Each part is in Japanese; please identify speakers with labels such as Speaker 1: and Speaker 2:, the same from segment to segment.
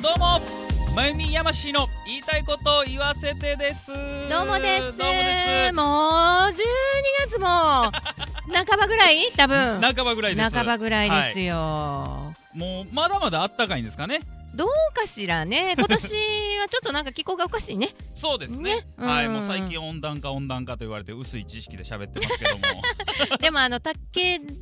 Speaker 1: どうもまゆみやましいの言いたいことを言わせてです
Speaker 2: どうもです。
Speaker 1: どうもです
Speaker 2: もう十 二月も半ばぐらい多分。
Speaker 1: 半ばぐらいです
Speaker 2: 半ばぐらいです
Speaker 1: は
Speaker 2: よ。
Speaker 1: もうまだまだあったかいんですかね
Speaker 2: どうかしら ね。今年はちょっとなんか気候がおかしいね。
Speaker 1: そうですね
Speaker 2: ね
Speaker 1: はい
Speaker 2: うん
Speaker 1: もう最近温暖化温暖化と言われて薄い知識で喋ってますけ ども
Speaker 2: でもあの武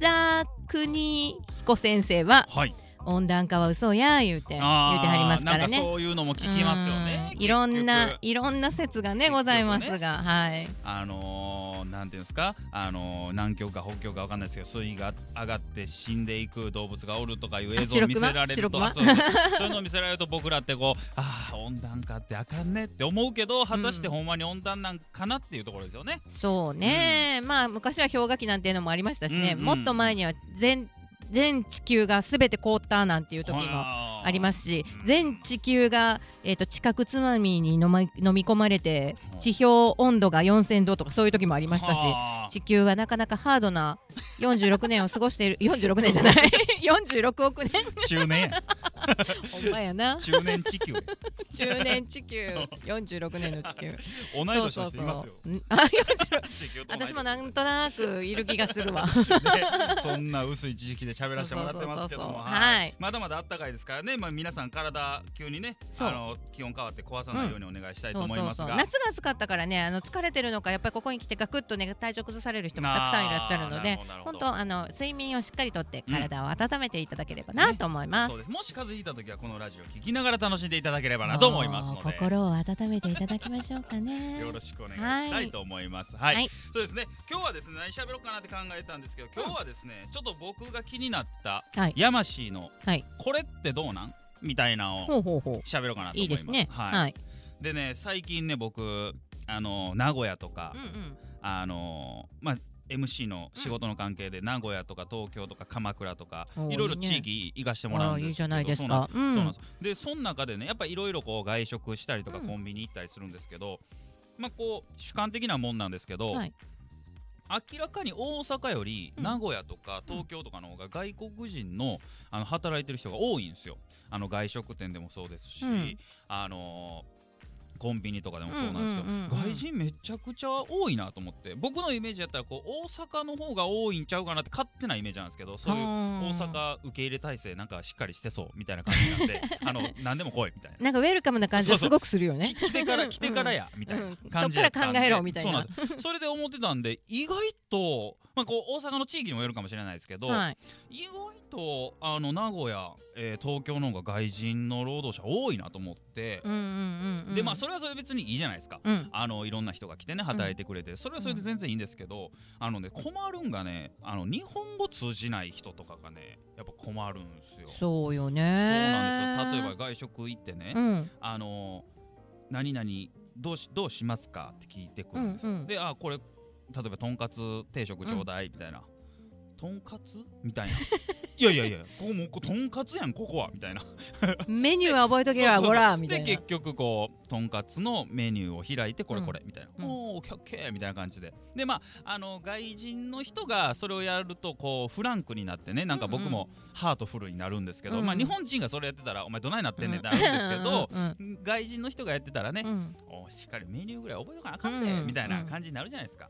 Speaker 2: 田邦彦先生は
Speaker 1: はい
Speaker 2: 温暖化は嘘や言うて言うて
Speaker 1: あー
Speaker 2: はりますから
Speaker 1: なんか
Speaker 2: ね。
Speaker 1: そういうのも聞きますよね
Speaker 2: うんいろん
Speaker 1: 結
Speaker 2: な
Speaker 1: 局
Speaker 2: いろんな説がね
Speaker 1: 結局ね
Speaker 2: ございますが、はい。
Speaker 1: あのー、なんていうんですか、あのー、南極か北極かわかんないですけど水位が上がって死んでいく動物がおるとかいう映像を
Speaker 2: あ白
Speaker 1: 見せ
Speaker 2: 熊
Speaker 1: られると
Speaker 2: 白熊
Speaker 1: あそうですねそういうのを見せられると僕らってこうああ温暖化ってあかんねって思うけど果たしてほんまに温暖なんかなっていうところですよね。
Speaker 2: そうね、まあ昔は氷河期なんていうのもありましたしね、
Speaker 1: うんうん
Speaker 2: もっと前には全全地球がすべて凍ったなんていう時も
Speaker 1: あ
Speaker 2: ありますすし
Speaker 1: うん
Speaker 2: 全地球が、えー、と地殻つまみに飲ま飲み込まれて地表温度が4000度とかそういう時もありましたし地球はなかなかハードな46年を過ごしている 46年じ ゃない46億年
Speaker 1: 中年や
Speaker 2: ほんまやな
Speaker 1: 中年地球や
Speaker 2: 10年地球46年の地球
Speaker 1: 同い
Speaker 2: そう
Speaker 1: 年
Speaker 2: そ
Speaker 1: の人
Speaker 2: うそ
Speaker 1: いうますよ。
Speaker 2: んあ46
Speaker 1: 地球と同い年
Speaker 2: 私もなんとなくいる気がするわ
Speaker 1: ねそんな薄い知識で喋らせてもらってますけど
Speaker 2: そう
Speaker 1: も、
Speaker 2: そうそうそうはい
Speaker 1: まだまだあったかいですからね、まあ皆さん体急にね、
Speaker 2: そう
Speaker 1: あの気温変わって壊さないようにお願いしたいと
Speaker 2: そう
Speaker 1: 思い
Speaker 2: そう
Speaker 1: ます
Speaker 2: そう
Speaker 1: が、
Speaker 2: 夏が暑かったからねあの疲れてるのかやっぱりここに来てガクッとね体調崩される人もたくさんいらっしゃるの
Speaker 1: あ
Speaker 2: で
Speaker 1: ーなるほど
Speaker 2: 本
Speaker 1: なる
Speaker 2: 当あの睡眠をしっかりとって
Speaker 1: うん
Speaker 2: 体を温めていただければなと思いま
Speaker 1: そ
Speaker 2: す
Speaker 1: う。です。もし風邪ひいた時はこのラジオ聞きながら楽しんでいただければなと思いますの
Speaker 2: そう
Speaker 1: で。
Speaker 2: 心を温めていただきましょうかね。
Speaker 1: よろしくお願いしたいと思います。はい、
Speaker 2: はい
Speaker 1: そうですね。今日はですね、何喋ろうかなって考えたんですけど、今日はですね、ちょっと僕が気になった
Speaker 2: はい
Speaker 1: ヤマシーの
Speaker 2: はい。
Speaker 1: これってどうなんみたいなのを
Speaker 2: ほうほうほ
Speaker 1: 喋ろうかな
Speaker 2: う。
Speaker 1: と思
Speaker 2: いい
Speaker 1: いま。
Speaker 2: ですすね。
Speaker 1: はい。
Speaker 2: い。
Speaker 1: でね、最近ね、僕あの名古屋とか
Speaker 2: う、ん
Speaker 1: あのーまあ MC の仕事の関係で名古屋とか東京とか鎌倉とか
Speaker 2: おー
Speaker 1: いろい
Speaker 2: い
Speaker 1: ろ
Speaker 2: いね
Speaker 1: 地域行かして
Speaker 2: うん。
Speaker 1: も
Speaker 2: あ
Speaker 1: らう
Speaker 2: ら
Speaker 1: んですけど
Speaker 2: いいじゃないです
Speaker 1: そうなん
Speaker 2: か。う
Speaker 1: そ
Speaker 2: ん。
Speaker 1: うなんですでその中でねやっぱいろいろこう外食したりとか
Speaker 2: うん
Speaker 1: コンビニ行ったりするんですけど、まあこう主観的なもんなんですけど、
Speaker 2: はい
Speaker 1: 明らかに大阪より
Speaker 2: うん
Speaker 1: 名古屋とか東京とかの方が外国人のあの働いてる人が多いんですよあの外食店でもそうですし、
Speaker 2: うん
Speaker 1: あのーコンビニとかでもそうなんですけど、
Speaker 2: うんうんうんうん
Speaker 1: 外人めちゃくちゃ多いなと思って僕のイメージやったらこう大阪の方が多いんちゃうかなって勝手なイメージなんですけどそういう大
Speaker 2: 大
Speaker 1: 阪受け入れ体制なんかしっかりしてそうみたいな感じなん であの何でも来いみたいな。
Speaker 2: なんかウェルカムな感じがすごくするよ
Speaker 1: き
Speaker 2: ね。
Speaker 1: 来てから来てからやみたいな感じ
Speaker 2: そ
Speaker 1: や
Speaker 2: っから
Speaker 1: たんで
Speaker 2: 考えろみたいな
Speaker 1: そうなんですそれで思ってたんで意外とまあこう大阪の地域にもよるかもしれないですけど、
Speaker 2: はい。
Speaker 1: 意外とあの名古屋、えー東京の方が外人の労働者多いなと思って
Speaker 2: うん、うんうんうん。
Speaker 1: でまあそれはそれで別にいいじゃないですか。
Speaker 2: うん。
Speaker 1: あのいろんな人が来てね働いてくれて、それはそれで全然いいんですけど、あのね困るんがねあの日本語通じない人とかがねやっぱ困るんですよ。
Speaker 2: そうよね。
Speaker 1: そうなんですよ例えば。外食行ってね、
Speaker 2: うん。
Speaker 1: あの何々どうしどうしますかって聞いてくるんですよ、
Speaker 2: うんうん
Speaker 1: であこれ例えばとんかつ定食ちょうだいみたいな、とんかつみたいないやいやいやここもうこことんかつやんここはみたいな
Speaker 2: メニューは覚えとけば
Speaker 1: そうそうそう
Speaker 2: ほらみたい
Speaker 1: で
Speaker 2: な
Speaker 1: 結。局こうとんかつのメニューを開いてこれ
Speaker 2: うん
Speaker 1: これみたいな、
Speaker 2: うん
Speaker 1: おーオッケーオッケーみたいな感じででまああの外人の人がそれをやるとこうフランクになってねなんか僕もハートフルになるんですけど、
Speaker 2: うん
Speaker 1: まあ日本人がそれやってたらお前どないなってんねんってなるんですけど、
Speaker 2: うん
Speaker 1: 外人の人がやってたらね、
Speaker 2: うんうん
Speaker 1: おしっかりメニューぐらい覚えとかなあかんね、
Speaker 2: うん
Speaker 1: みたいな感じになるじゃないですか。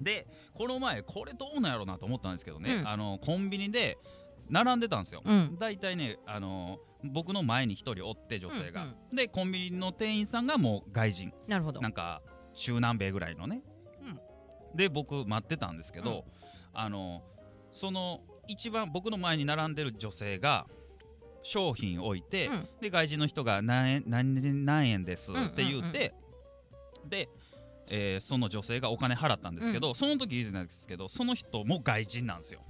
Speaker 1: でこの前これどうなんやろうなと思ったんですけどね、
Speaker 2: うん
Speaker 1: あのコンビニで並んでたんですよ、
Speaker 2: うん
Speaker 1: だいたいねあの僕の前に一人おって女性が、
Speaker 2: うん
Speaker 1: でコンビニの店員さんがもう外人
Speaker 2: なるほど
Speaker 1: な。んか中南米ぐらいのね、で僕待ってたんですけど、あのその一番僕の前に並んでる女性が商品置いて、
Speaker 2: うん
Speaker 1: で外人の人が何円何円何円です
Speaker 2: うんうんうん
Speaker 1: って言って、で、えーその女性がお金払ったんですけど、その時いいなんですけどその人も外人なんです よ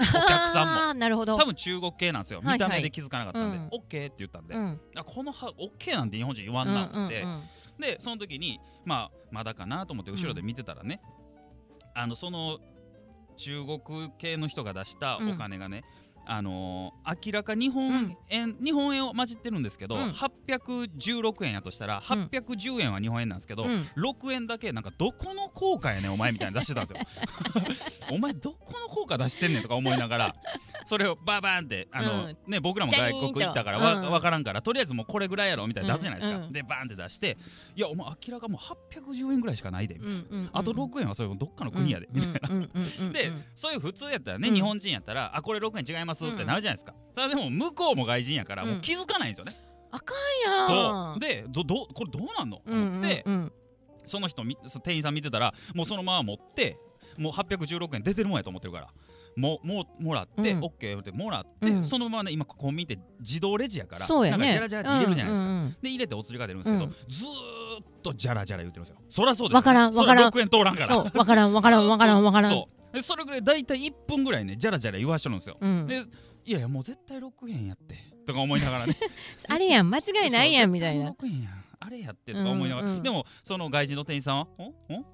Speaker 2: お
Speaker 1: 客さんも
Speaker 2: も。なるほど。
Speaker 1: 多分中国系なんですよ
Speaker 2: はいは
Speaker 1: 見
Speaker 2: い
Speaker 1: た目で気づかなかったんで、
Speaker 2: うん
Speaker 1: オッケーって言ったんで、
Speaker 2: うん。
Speaker 1: あこのはオッケーなんて日本人言わんなって、
Speaker 2: うんうんうん
Speaker 1: でその時に、まあ、まだかなと思って後ろで見てたらね、あのその中国系の人が出したお金がね、あのー明らか日本円、日本円を混じってるんですけど、
Speaker 2: うん
Speaker 1: 816円やとしたら
Speaker 2: うん
Speaker 1: 810円は日本円なんですけど、
Speaker 2: うん
Speaker 1: 6円だけなんかどこの効果やねんお前みたいなの出してたんです よお前どこの効果出してんねんとか思いながらそれをバーバーンってあの、
Speaker 2: うん
Speaker 1: ね、僕らも外国行ったから
Speaker 2: ジャニー
Speaker 1: わ
Speaker 2: ンと、うん
Speaker 1: わからんからとりあえずもうこれぐらいやろみたいなの出すじゃないですか、
Speaker 2: うんうん
Speaker 1: でバーンって出していやお前明らかもう810円ぐらいしかないでみたいな、
Speaker 2: うんうんうん
Speaker 1: あと6円はそれもどっかの国やで、みたいな
Speaker 2: うんうんうんうんうん
Speaker 1: で、そういう普通やったらね、
Speaker 2: うん
Speaker 1: 日本人やったらあこれ6円違いますってなるじゃないですか、ただでも向こうも外人やから
Speaker 2: うん
Speaker 1: もう気づかないんですよね、
Speaker 2: あかん
Speaker 1: そ
Speaker 2: やん
Speaker 1: うでどどこれどうなんのと
Speaker 2: うん
Speaker 1: 思って、
Speaker 2: うんうん
Speaker 1: その人みそ店員さん見てたらもうそのまま持ってもう816円出てるもんやと思ってるからもうもうもらって、
Speaker 2: うん
Speaker 1: オッケーってもらって、
Speaker 2: うん
Speaker 1: そのままね今コンビニって自動レジやから
Speaker 2: そうや
Speaker 1: なんか
Speaker 2: ね
Speaker 1: ジャラジャラって入れるじゃないですか、
Speaker 2: うんうんうん
Speaker 1: で入れてお釣りが出るんですけど、
Speaker 2: うん
Speaker 1: ずーっとジャラジャラ言ってるんですよそりゃそうですよ
Speaker 2: わからんわからん
Speaker 1: そりゃ6円通らんから
Speaker 2: そうわからんわからんわからんわからん
Speaker 1: そうでそれぐらい大体1分ぐらいねジャラジャラ言わしとるんですよ
Speaker 2: うん
Speaker 1: でいやいやもう絶対6円やってとか思いながらね
Speaker 2: あれやん間違い ないやんみたいな
Speaker 1: 絶対6円やんあれやってとか思いながら、
Speaker 2: うんうん
Speaker 1: でもその外人の店員さんはおおい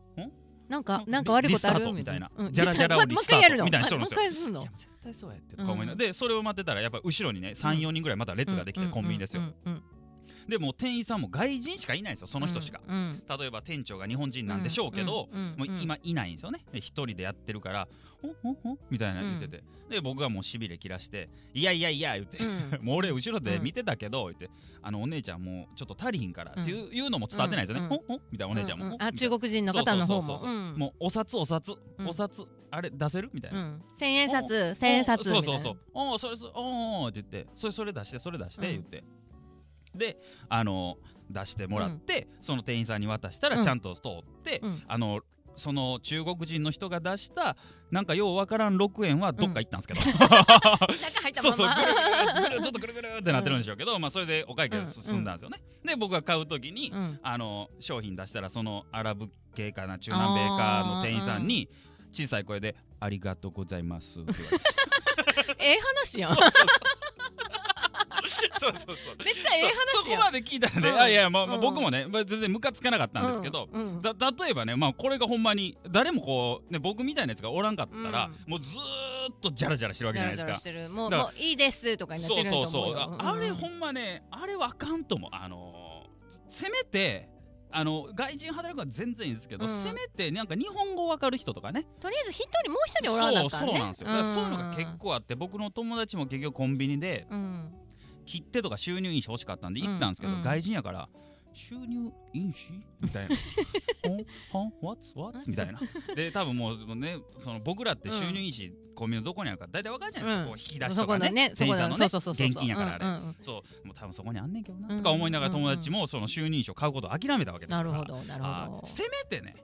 Speaker 2: なんかなんか悪いことあ
Speaker 1: リスター
Speaker 2: る
Speaker 1: トみたいな
Speaker 2: うん
Speaker 1: ジャラジャラを
Speaker 2: もう一回やるの
Speaker 1: リスタートみたいな人な
Speaker 2: もう
Speaker 1: ですやも
Speaker 2: ん一回するの
Speaker 1: う絶対そうやってとか思いながら、
Speaker 2: うん
Speaker 1: でそれを待ってたらやっぱ後ろにね34人ぐらいまた列ができてコンビニですよ、
Speaker 2: うんうんうん
Speaker 1: でもう店員さんも外人しかいないんですよその人しか、
Speaker 2: うんうん
Speaker 1: 例えば店長が日本人なんでしょうけど、
Speaker 2: うんうんうん
Speaker 1: もう今いないんですよねで一人でやってるから「ほんほんほん」みたいな言ってて、で僕がもうしびれ切らして「いやいやいや」言って
Speaker 2: う、ん
Speaker 1: もう俺後ろで見てたけど、言ってあのお姉ちゃんもうちょっと足りひんからっていう,、いうのも伝わってないですよね、
Speaker 2: うん
Speaker 1: ほんほん みたいなお姉ちゃんも、
Speaker 2: うう
Speaker 1: ほん
Speaker 2: あ
Speaker 1: みたい
Speaker 2: 中
Speaker 1: な
Speaker 2: 国人の方の方
Speaker 1: そう
Speaker 2: も
Speaker 1: そうそうそう
Speaker 2: うん
Speaker 1: もうお札お札、
Speaker 2: うん
Speaker 1: お札あれ出せるみたいな、
Speaker 2: うん千円札千円札みた
Speaker 1: そ
Speaker 2: いう
Speaker 1: そ
Speaker 2: な
Speaker 1: うそうおおそれそれおおって言ってそれそれ出してそれ出して
Speaker 2: うん
Speaker 1: 言って、であの出してもらって、その店員さんに渡した
Speaker 2: う
Speaker 1: ら
Speaker 2: ん
Speaker 1: ちゃんと通って、
Speaker 2: うん
Speaker 1: あのその中国人の人が出したなんかようわからん6円はどっか行ったんです けど、
Speaker 2: 中入った
Speaker 1: そう
Speaker 2: ま
Speaker 1: そう
Speaker 2: ま
Speaker 1: ぐるぐるぐるぐるちょっとぐるぐるってなってるんでしょうけど、まあそれでお会計進んだんですよね、で僕が買う時に、
Speaker 2: うん
Speaker 1: あの商品出したらそのアラブ系かな中南米かの店員さんに小さい声で「ありがとうございます」って言われて
Speaker 2: ええ話やん
Speaker 1: そうそうそうそうそうそう
Speaker 2: めっちゃ ええ
Speaker 1: そ
Speaker 2: 話
Speaker 1: そこ
Speaker 2: やん
Speaker 1: まで聞いたらね、
Speaker 2: うん
Speaker 1: あいや、まあまあ
Speaker 2: うん
Speaker 1: 僕もね、まあ、全然ムカつかなかったんですけど、
Speaker 2: うんうん
Speaker 1: だ例えばね、まあ、これがほんまに誰もこう、ね、僕みたいなやつがおらんかったら、もうずーっとジャラジャラしてるわけ
Speaker 2: ジ
Speaker 1: じ
Speaker 2: ャ
Speaker 1: ゃな
Speaker 2: ラ
Speaker 1: いで
Speaker 2: ジ
Speaker 1: すか
Speaker 2: ャラし。てるもう
Speaker 1: だから
Speaker 2: もういいですとかになっ
Speaker 1: そ
Speaker 2: て
Speaker 1: う
Speaker 2: ると
Speaker 1: そう
Speaker 2: 思
Speaker 1: そうう、
Speaker 2: よ
Speaker 1: あ
Speaker 2: うんうん
Speaker 1: あれほんまねあれはあかんと思うあのーせめてあの外人働くのは全然いいんですけど、
Speaker 2: うん
Speaker 1: せめてなんか日本語わかる人とかね
Speaker 2: とりあえず一人もう一人おらんだった
Speaker 1: そうそうなんですよ、だからそういうのが結構あって僕の友達も結局コンビニで
Speaker 2: うん
Speaker 1: 切手とか収入印紙欲しかったんで行ったんですけど、
Speaker 2: うんうん
Speaker 1: 外人やから収入印紙み たいな「ほんほん what's what's」みたいなで多分もうねその僕らって収入印紙、コンビニのどこにあるか大体わかるじゃないですか、
Speaker 2: うん
Speaker 1: こう引き出し
Speaker 2: そ
Speaker 1: と
Speaker 2: こ
Speaker 1: か
Speaker 2: の
Speaker 1: ね
Speaker 2: ねそ
Speaker 1: 店
Speaker 2: こ
Speaker 1: 員さんの
Speaker 2: のそ
Speaker 1: ね
Speaker 2: うそうそうそう
Speaker 1: 現金やからあれ、
Speaker 2: うんうん
Speaker 1: そうもう多分そこにあんねんけどな、
Speaker 2: うん
Speaker 1: とか思いながら友達もその就任者を買うことを諦めたわけです
Speaker 2: な
Speaker 1: か
Speaker 2: る
Speaker 1: ら
Speaker 2: ほどなるほ
Speaker 1: あー
Speaker 2: ど
Speaker 1: せめてね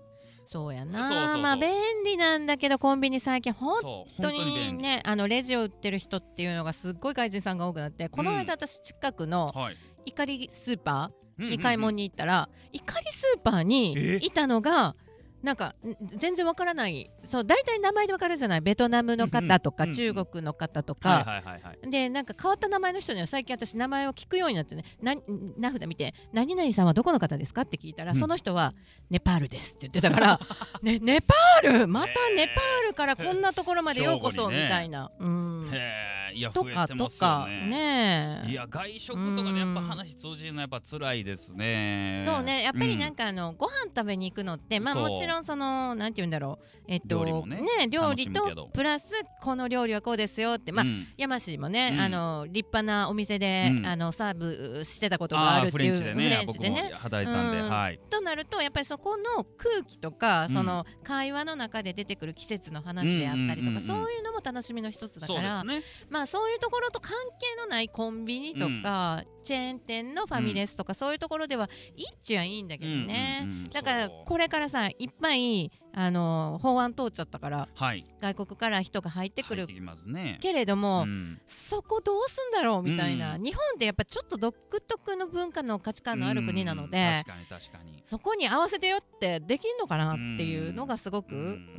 Speaker 2: そうや
Speaker 1: そうそう
Speaker 2: な
Speaker 1: そう
Speaker 2: まあ便利なんだけどコンビニ最近ほん
Speaker 1: そう
Speaker 2: 本
Speaker 1: 本当
Speaker 2: 当
Speaker 1: に便利、
Speaker 2: にねあのレジを売ってる人っていうのがすっごい外人さんが多くなってこの間私近くの
Speaker 1: はい
Speaker 2: 怒りスーパ
Speaker 1: うんうんうん
Speaker 2: ーに買い物に行ったら怒りスーパーに
Speaker 1: え
Speaker 2: いたのがなんかん全然わからないそう大体名前でわかるじゃないベトナムの方と
Speaker 1: う
Speaker 2: か
Speaker 1: んうん
Speaker 2: 中国の方と
Speaker 1: はい
Speaker 2: か
Speaker 1: はいはいはい
Speaker 2: でなんか変わった名前の人には最近私名前を聞くようになってねな名札見て「何々さんはどこの方ですか?」って聞いたら、
Speaker 1: うん
Speaker 2: その人は「ネパールです」って言ってた から「ね、ネパールまたネパールからこんなところまでようこそ」
Speaker 1: 兵庫
Speaker 2: み
Speaker 1: にね
Speaker 2: たいな。うん
Speaker 1: へえいや
Speaker 2: と
Speaker 1: 増え
Speaker 2: か
Speaker 1: て
Speaker 2: と
Speaker 1: ますよ
Speaker 2: か
Speaker 1: ね
Speaker 2: ねえ
Speaker 1: いや外食とかでやっぱ
Speaker 2: うん
Speaker 1: 話通じるのやっぱ辛いですね
Speaker 2: そうねやっぱりなん
Speaker 1: か、
Speaker 2: かあの、ご飯食べに行くのってまあ
Speaker 1: そう
Speaker 2: もちろんそのなんて言うんだろうえっと
Speaker 1: 料理もね
Speaker 2: 料理
Speaker 1: 楽しむけど
Speaker 2: とプラスこの料理はこうですよって
Speaker 1: う
Speaker 2: まあ、
Speaker 1: ん
Speaker 2: ヤマシーもね、
Speaker 1: うん
Speaker 2: あの立派なお店で、
Speaker 1: うん
Speaker 2: あのサーブしてたことがあ
Speaker 1: あー
Speaker 2: るって
Speaker 1: フ
Speaker 2: い
Speaker 1: レ
Speaker 2: う
Speaker 1: ンチでね僕も働いたんで、
Speaker 2: うん
Speaker 1: はい
Speaker 2: となるとやっぱりそこの空気とか、
Speaker 1: うん
Speaker 2: その会話の中で出てくる季節の話であったりとか、
Speaker 1: うんうんうんうん
Speaker 2: そういうのも楽しみの一つだ
Speaker 1: そ
Speaker 2: か
Speaker 1: うで
Speaker 2: ら
Speaker 1: すね
Speaker 2: まあそういうところと関係のないコンビニとか、チェーン店のファミレスとか、そういうところでは一致はいいんだけどね。
Speaker 1: うんうんうん
Speaker 2: だから
Speaker 1: そう
Speaker 2: これからさいっぱいあの法案通っちゃったから
Speaker 1: はい
Speaker 2: 外国から人が入ってく
Speaker 1: 入
Speaker 2: る
Speaker 1: ってきますね
Speaker 2: けれども、
Speaker 1: うん
Speaker 2: そこどうすんだろうみたいな、
Speaker 1: う
Speaker 2: 日本ってやっぱちょっと独特の文化の価値観のある国なので、
Speaker 1: うん確かに確かに
Speaker 2: そこに合わせてよってできんのかなっていうのがすごくう
Speaker 1: うんん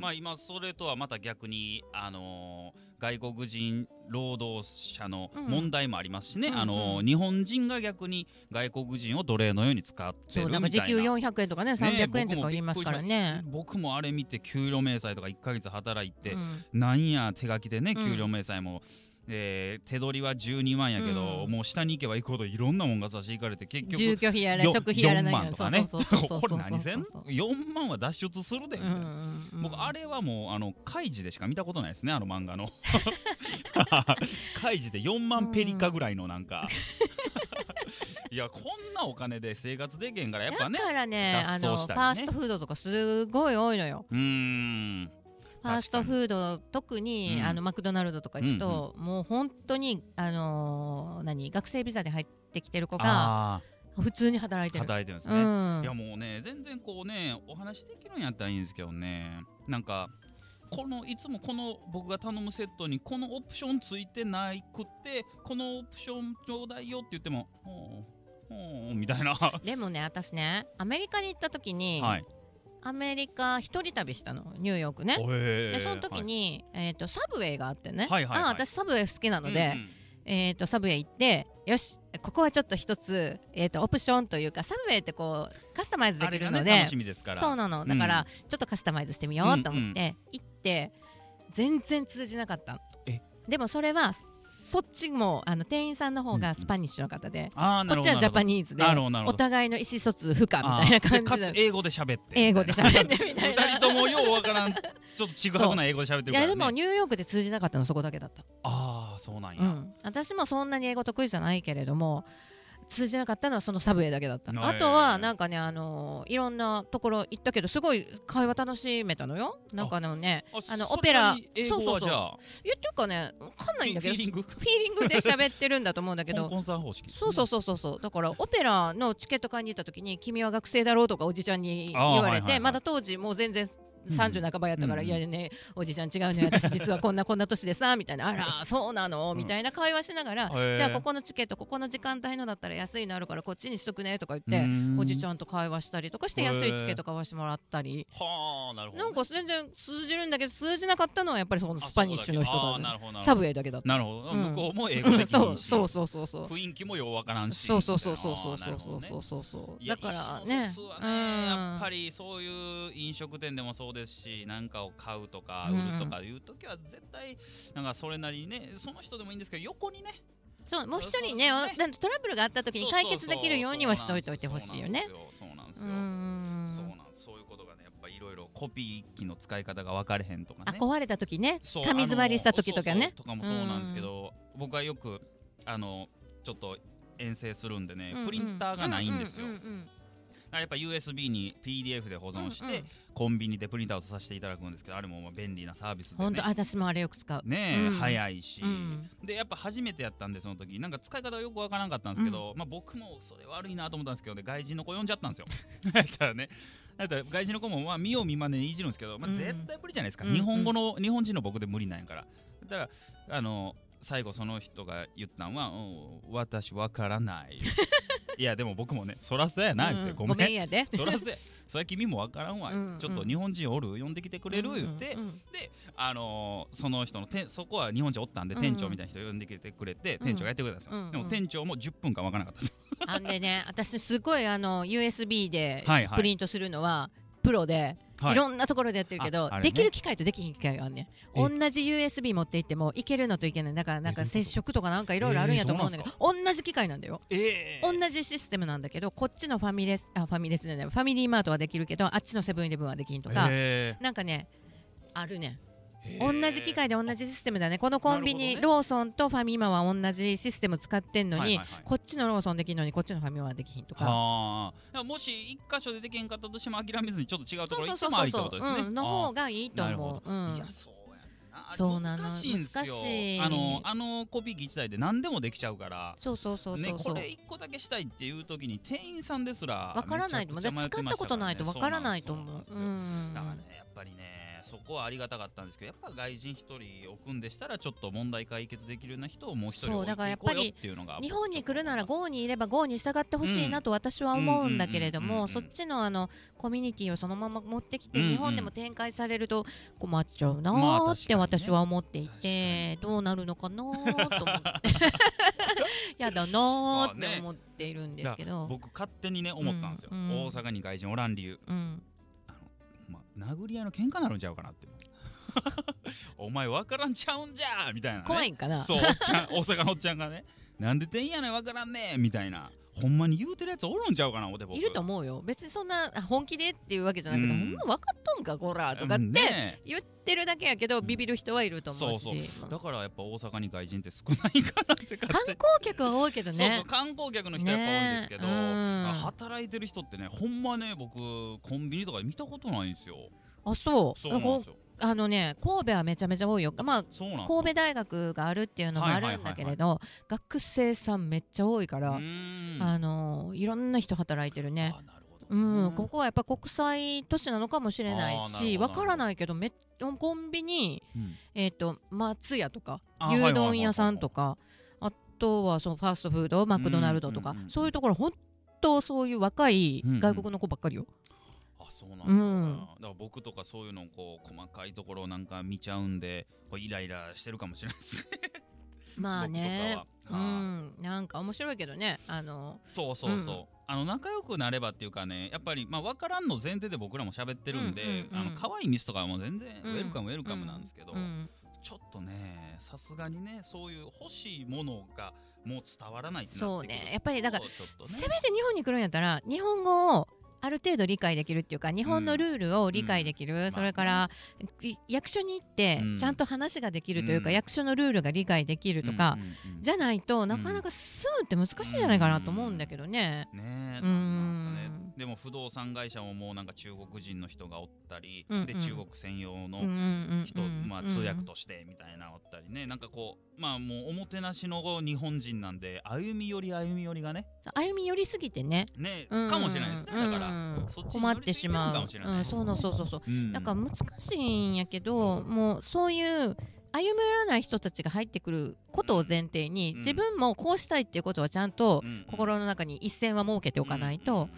Speaker 1: まあ今それとはまた逆にあのー外国人労働者の
Speaker 2: うん
Speaker 1: 問題もありますしね、
Speaker 2: うんうん
Speaker 1: あの日本人が逆に外国人を奴隷のように使って
Speaker 2: そ
Speaker 1: る
Speaker 2: う
Speaker 1: みた
Speaker 2: ないん
Speaker 1: な
Speaker 2: か時給400円とかね300円とか
Speaker 1: 僕も
Speaker 2: 言いますからね
Speaker 1: 僕もあれ見て給料明細とか1か月働いて、
Speaker 2: うん
Speaker 1: なんや手書きでね
Speaker 2: うん
Speaker 1: 給料明細も、えー手取りは12万やけど、
Speaker 2: うん
Speaker 1: もう下に行けば行くほどいろんなもんが差し引かれて結局
Speaker 2: 住居費やら
Speaker 1: よ
Speaker 2: 食費やらない
Speaker 1: 4万とかね
Speaker 2: そうそうそうそう
Speaker 1: これ何千
Speaker 2: そうそうそう
Speaker 1: 4万は脱出するでみたいな、
Speaker 2: うんうんうん
Speaker 1: 僕あれはもうあのカイジでしか見たことないですねあの漫画 のカイジで4万ペリカぐらいのなんかいやこんなお金で生活できへんからやっぱね
Speaker 2: だからねあ
Speaker 1: 脱
Speaker 2: の
Speaker 1: 走
Speaker 2: フ
Speaker 1: した
Speaker 2: ァ
Speaker 1: りね
Speaker 2: ーストフードとかすごい多いのよ
Speaker 1: うーん
Speaker 2: ファーストフード特に、
Speaker 1: うん
Speaker 2: あのマクドナルドとか行くと、もう本当にあのー何学生ビザで入ってきてる子が
Speaker 1: あ
Speaker 2: 普通に働い
Speaker 1: ー
Speaker 2: てる。
Speaker 1: 働いてるんです
Speaker 2: う
Speaker 1: ね、
Speaker 2: ん
Speaker 1: いやもうね全然こうねお話できるんやったらいいんですけどねなんかこのいつもこの僕が頼むセットにこのオプションついてないくってこのオプションちょうだいよって言っても「ほうほう」み たいなは
Speaker 2: でもね私ねアメリカに行った時
Speaker 1: い
Speaker 2: に、
Speaker 1: はい
Speaker 2: アメリカ一人旅したのニューヨークね。で
Speaker 1: で
Speaker 2: その時に、えー、とサブウェイがあってね、
Speaker 1: はいはいはい
Speaker 2: あ私サブウェイ好きなので、
Speaker 1: うんうん
Speaker 2: えー、とサブウェイ行ってよしここはちょっと一つ、えー、とオプションというかサブウェイってこうカスタマイズで
Speaker 1: あ
Speaker 2: き
Speaker 1: れ
Speaker 2: る
Speaker 1: が
Speaker 2: の
Speaker 1: ね
Speaker 2: で、
Speaker 1: 楽しみですから
Speaker 2: そうなのだから、ちょっとカスタマイズしてみようと思って行って、全然通じなかった
Speaker 1: え
Speaker 2: でもそれはそっちもあの店員さんの方がスパニッシュの方で、
Speaker 1: あーな
Speaker 2: こ
Speaker 1: る
Speaker 2: っ
Speaker 1: ほ
Speaker 2: ち
Speaker 1: ど
Speaker 2: はジャパ
Speaker 1: ニ
Speaker 2: ニーズで
Speaker 1: なるほどなるほ
Speaker 2: お
Speaker 1: ど
Speaker 2: 互いの意思疎通不可みたいな感
Speaker 1: か
Speaker 2: じ
Speaker 1: つ
Speaker 2: で
Speaker 1: 英語で喋 って
Speaker 2: 英語で
Speaker 1: み
Speaker 2: 喋ってみ
Speaker 1: た
Speaker 2: た
Speaker 1: い
Speaker 2: い
Speaker 1: な
Speaker 2: な
Speaker 1: 二人ともようわからんちょっとちぐはぐな英語で喋ってる
Speaker 2: い
Speaker 1: から、
Speaker 2: や
Speaker 1: ね、
Speaker 2: でもニューヨークで通じなかったのそこだけだった、
Speaker 1: ああそうなんや、
Speaker 2: うん、私もそんなに英語得意じゃないけれども通じなかったのはそのサブウェイだけだった
Speaker 1: へー
Speaker 2: あとはなんかねあのーいろんなところ行ったけどすごい会話楽しめたのよなんかあのねあの
Speaker 1: それ
Speaker 2: オペラ
Speaker 1: に英語はじゃあ
Speaker 2: いやっていうかねわかんないんだけ ど
Speaker 1: フィーリング
Speaker 2: フィーリングで喋ってるんだと思うんだけ
Speaker 1: 香
Speaker 2: ど
Speaker 1: 港さん方式
Speaker 2: そうそうそうそうそうだからオペラのチケット買いに行った時に「君は学生だろう」とかおじちゃんに言
Speaker 1: あーは
Speaker 2: われ
Speaker 1: いはいは
Speaker 2: て
Speaker 1: い
Speaker 2: まだ当時もう全然
Speaker 1: うん
Speaker 2: 30半ばやったから「
Speaker 1: うん
Speaker 2: いやねおじちゃん違うね私実はこんなこんな年でさ」みたいな「あらそうなの」
Speaker 1: うん
Speaker 2: みたいな会話しながら
Speaker 1: へー
Speaker 2: 「じゃあここのチケットここの時間帯のだったら安いのあるからこっちにしとくね」とか
Speaker 1: う
Speaker 2: 言って
Speaker 1: ーん
Speaker 2: おじちゃんと会話したりとかして
Speaker 1: へー
Speaker 2: 安いチケット買わしてもらったり。
Speaker 1: はあなるほど
Speaker 2: なんか全然通じるんだけど通じなかったのはやっぱりそのスパニッシュの人
Speaker 1: あそうだけあーな
Speaker 2: だ
Speaker 1: るほどなるほ
Speaker 2: ね
Speaker 1: ど
Speaker 2: サブウェイだけだった
Speaker 1: なるほど、
Speaker 2: うん
Speaker 1: 向こうも英語
Speaker 2: うん
Speaker 1: 的
Speaker 2: そう
Speaker 1: に
Speaker 2: そうそうそうそう
Speaker 1: 雰囲気もようわからんし
Speaker 2: そうそうそうそうそう
Speaker 1: みたいなあーなるほどね
Speaker 2: そうそうそう
Speaker 1: い
Speaker 2: だ
Speaker 1: や
Speaker 2: から
Speaker 1: 意思
Speaker 2: ね
Speaker 1: 疎通は
Speaker 2: う
Speaker 1: ね
Speaker 2: ん
Speaker 1: やっぱりそういう飲食店でもそうですし何かを買うとか売るとかいう時は絶対なんかそれなりにねその人でもいいんですけど横にね
Speaker 2: そうもう一人
Speaker 1: そ
Speaker 2: ね
Speaker 1: うそうそう
Speaker 2: おなんかトラブルがあった時に解決できるようにはしておいておいてほしいよね
Speaker 1: そうなんで
Speaker 2: う
Speaker 1: すよそうなん
Speaker 2: ん
Speaker 1: ですよそうなんそういうことがねやっぱいろいろコピー機の使い方が分かれへんとか
Speaker 2: あ
Speaker 1: ね
Speaker 2: 壊れた時ね
Speaker 1: そう
Speaker 2: 紙詰まりした
Speaker 1: あ
Speaker 2: 時
Speaker 1: の
Speaker 2: とかね
Speaker 1: そうそうとかもそうなんですけど、僕はよくあのちょっと遠征するんでね、
Speaker 2: うんうん
Speaker 1: プリンターがないんですよ、
Speaker 2: うう
Speaker 1: だか
Speaker 2: ん
Speaker 1: らやっぱ USB に PDF で保
Speaker 2: うんうん
Speaker 1: 存して、
Speaker 2: うんうん
Speaker 1: コンビニでプリンターをさせていただくんですけどあれもまあ便利なサービスで
Speaker 2: 本
Speaker 1: ね
Speaker 2: 当私もあれよく使う
Speaker 1: ねえ、
Speaker 2: うん
Speaker 1: 早いし、
Speaker 2: うん
Speaker 1: でやっぱ初めてやったんでその時なんか使い方がよくわからなかったんですけど、まあ僕もそれ悪いなと思ったんですけどね外人の子呼んじゃったん ですよだからねだから外人の子もまあ見よう見まねにいじるんですけど、まあ、
Speaker 2: うん
Speaker 1: 絶対無理じゃないですか、
Speaker 2: うんうん
Speaker 1: 日本語の日本人の僕で無理なんやからだからあの最後その人が言ったんは「うん私わから ない」いやでも僕もねそらそうやなって、
Speaker 2: うん
Speaker 1: ご
Speaker 2: ご
Speaker 1: め
Speaker 2: め
Speaker 1: ん
Speaker 2: んやで
Speaker 1: そらせ、それ君もわからんわ、
Speaker 2: うんうん
Speaker 1: ちょっと日本人おる、呼んできてくれる、言って、
Speaker 2: うんうんうん
Speaker 1: あのーその人のて、そこは日本人おったんで、
Speaker 2: うんうん
Speaker 1: 店長みたいな人呼んできてくれて、
Speaker 2: うん
Speaker 1: 店長がやってくれたんですよ。
Speaker 2: うんうん
Speaker 1: でも店長も10分間わからなかったんですよ。
Speaker 2: あんでね私すごいあの USB で
Speaker 1: はいはい
Speaker 2: プリントするのはプロでいろんなところでやってるけど
Speaker 1: ああれね
Speaker 2: できる機械とできひん機械があんねん
Speaker 1: え
Speaker 2: 同じ USB 持っていってもいけるのといけないだからなんか
Speaker 1: え
Speaker 2: 接触とかなんかいろいろあるんやと思うんだけど
Speaker 1: えー
Speaker 2: 同じ機械なんだよ
Speaker 1: ええ
Speaker 2: 同じシステムなんだけどこっちのファミレスあファミレスじゃないファミリーマートはできるけどあっちのセブンイレブンはできんとか
Speaker 1: え
Speaker 2: なんかねあるねん
Speaker 1: え
Speaker 2: 同じ機械で同じシステムだねこのコンビニ、
Speaker 1: なる
Speaker 2: ローソンとファミマは同じシステム使ってんのに、
Speaker 1: はいはいはい
Speaker 2: こっちのローソンできんのにこっちのファミマはできひんとか
Speaker 1: はあ。だからもし一箇所でできへんかったとしても諦めずにちょっと違うとこ
Speaker 2: そう
Speaker 1: ろ
Speaker 2: そ
Speaker 1: 行
Speaker 2: う
Speaker 1: って
Speaker 2: そう
Speaker 1: もありってこ
Speaker 2: そう
Speaker 1: と、ですね。
Speaker 2: うん、の方がいいと
Speaker 1: ああなるほ
Speaker 2: 思う、う
Speaker 1: ど。い
Speaker 2: ん
Speaker 1: や、、そうやんな。あれ
Speaker 2: そうなの
Speaker 1: 難しいんですよ。
Speaker 2: 難しい
Speaker 1: あの、あのコピー機一台で何でもできちゃうから。
Speaker 2: そうそうそうそう
Speaker 1: ね、
Speaker 2: そ
Speaker 1: こ
Speaker 2: う、
Speaker 1: れ一個だけしたいっていう時に店員さんですら
Speaker 2: わからないと思う、
Speaker 1: めちゃくちゃ迷
Speaker 2: 使
Speaker 1: て
Speaker 2: っ
Speaker 1: まし
Speaker 2: たこ
Speaker 1: からね
Speaker 2: とないとわからないと思う
Speaker 1: そうなんですよ
Speaker 2: ん
Speaker 1: だからねやっぱりねそこはありがたかったんですけどやっぱ外人一人置くんでしたらちょっと問題解決できるような人をもう一人
Speaker 2: そう
Speaker 1: 置いて
Speaker 2: だから
Speaker 1: い
Speaker 2: やっ
Speaker 1: こ
Speaker 2: ぱ
Speaker 1: う
Speaker 2: り
Speaker 1: よっていうのが
Speaker 2: 日本に来るなら
Speaker 1: ゴ
Speaker 2: 郷にいれば郷に従ってほしいなと私は思うんだけれど
Speaker 1: うんうんうんう
Speaker 2: も
Speaker 1: ん
Speaker 2: そっちのあのコミュニティをそのまま持ってきて
Speaker 1: うんうん
Speaker 2: 日本でも展開されると困っちゃうな
Speaker 1: まあ確か
Speaker 2: ー
Speaker 1: にね
Speaker 2: って私は思ってい
Speaker 1: 確かに
Speaker 2: てどうなるのかなー と思ってやだなーって思っているんですけど。
Speaker 1: 僕勝手にね思ったんですよ、
Speaker 2: うんうん
Speaker 1: 大阪に外人おらん理由
Speaker 2: うん
Speaker 1: あの、まあ、殴り合いの喧嘩なるんちゃうかなって お前分からんちゃうんじゃみたいな、ね、
Speaker 2: 怖いんかな
Speaker 1: そうおっちゃん 大阪のおっちゃんがねなんでてんやねん分からんねんみたいなほんまに言うてるやつおるんちゃうかな思って僕
Speaker 2: いると思うよ別にそんなあ本気でっていうわけじゃなくて、
Speaker 1: うん
Speaker 2: ほんま分かっとんかこらとかっ
Speaker 1: うん
Speaker 2: て
Speaker 1: ね
Speaker 2: 言ってるだけやけど、ビビる人はいると
Speaker 1: そ
Speaker 2: 思
Speaker 1: う
Speaker 2: うし
Speaker 1: そうだからやっぱ大阪に外人って少ないかなって
Speaker 2: 観
Speaker 1: 勝手に
Speaker 2: 光客は多いけどね
Speaker 1: そうそう観光客の人やっぱ多いんですけど、
Speaker 2: ねえうん
Speaker 1: 働いてる人ってねほんまね僕コンビニとかで見たことないんですよ
Speaker 2: あそう
Speaker 1: そうなんですよ
Speaker 2: あのね神戸はめちゃめちゃ多いよまあ
Speaker 1: そうなんですよ
Speaker 2: 神戸大学があるっていうのもあるんだけれど、学生さんめっちゃ多いから、
Speaker 1: うーん
Speaker 2: あのいろんな人働いてるね
Speaker 1: あなるほど
Speaker 2: うん、ここはやっぱ国際都市なのかもしれない
Speaker 1: あーなるほ
Speaker 2: し
Speaker 1: ど
Speaker 2: わからないけどめっコンビニ
Speaker 1: うん
Speaker 2: えっ、と松屋とか
Speaker 1: あはいはい
Speaker 2: 牛
Speaker 1: はいはい
Speaker 2: 丼屋さんとかあとはそのファーストフードマクドナルドとか、
Speaker 1: うんうんうん
Speaker 2: そういうところ本当そういう若い
Speaker 1: うんうん
Speaker 2: 外国の子ばっかりよ、
Speaker 1: あそうなんですか、
Speaker 2: うん
Speaker 1: だから僕とかそういうのをこう細かいところをなんか見ちゃうんでこうイライラしてるかもしれないですね
Speaker 2: ま あね
Speaker 1: 僕と
Speaker 2: う
Speaker 1: かは、はい
Speaker 2: んなんか面白いけどねあの
Speaker 1: そうそうそう、
Speaker 2: うん
Speaker 1: あの仲良くなればっていうかねやっぱりまあ分からんの前提で僕らも喋ってるんで、
Speaker 2: うんうんうん
Speaker 1: あの可愛いミスとかはもう全然ウ
Speaker 2: うん
Speaker 1: ェルカムウェルカムなんですけど、
Speaker 2: うん
Speaker 1: ちょっとねさすがにねそういう欲しいものがもう伝わらないってなってくる
Speaker 2: そうねやっぱりだから
Speaker 1: ちょっとね
Speaker 2: せめて日本に来るんやったら日本語をある程度理解できるっていうか日本のルールを理解できる、
Speaker 1: ん
Speaker 2: それから、い役所に行って
Speaker 1: うん
Speaker 2: ちゃんと話ができるというか、
Speaker 1: うん
Speaker 2: 役所のルールが理解できると
Speaker 1: う
Speaker 2: か、
Speaker 1: んうんうん
Speaker 2: じゃないとなかなか進むって難しいんじゃないかなと思うんだけどね。
Speaker 1: ねえ
Speaker 2: うー
Speaker 1: なん
Speaker 2: ん
Speaker 1: なんですかねでも不動産会社ももうなんか中国人の人がおったり、
Speaker 2: うんうん
Speaker 1: で中国専用の
Speaker 2: うんうんうん
Speaker 1: 人、まあ、通訳としてみたいなのおったりね、なんかこうまあもうおもてなしの日本人なんで歩み寄り歩み寄りがね
Speaker 2: そう歩み寄りすぎてね、
Speaker 1: ね
Speaker 2: うんうん
Speaker 1: かもしれないですねだから、
Speaker 2: うん
Speaker 1: そっちに
Speaker 2: 困ってしま
Speaker 1: 寄
Speaker 2: う
Speaker 1: りすぎてるかもしれない
Speaker 2: うん、そうのそうそうそう
Speaker 1: うん
Speaker 2: だから難しいんやけど、
Speaker 1: そう
Speaker 2: もうそういう歩み寄らない人たちが入ってくることを前提に、
Speaker 1: うん
Speaker 2: 自分もこうしたいっていうことはちゃんと
Speaker 1: うんうん
Speaker 2: 心の中に一線は設けておかないと、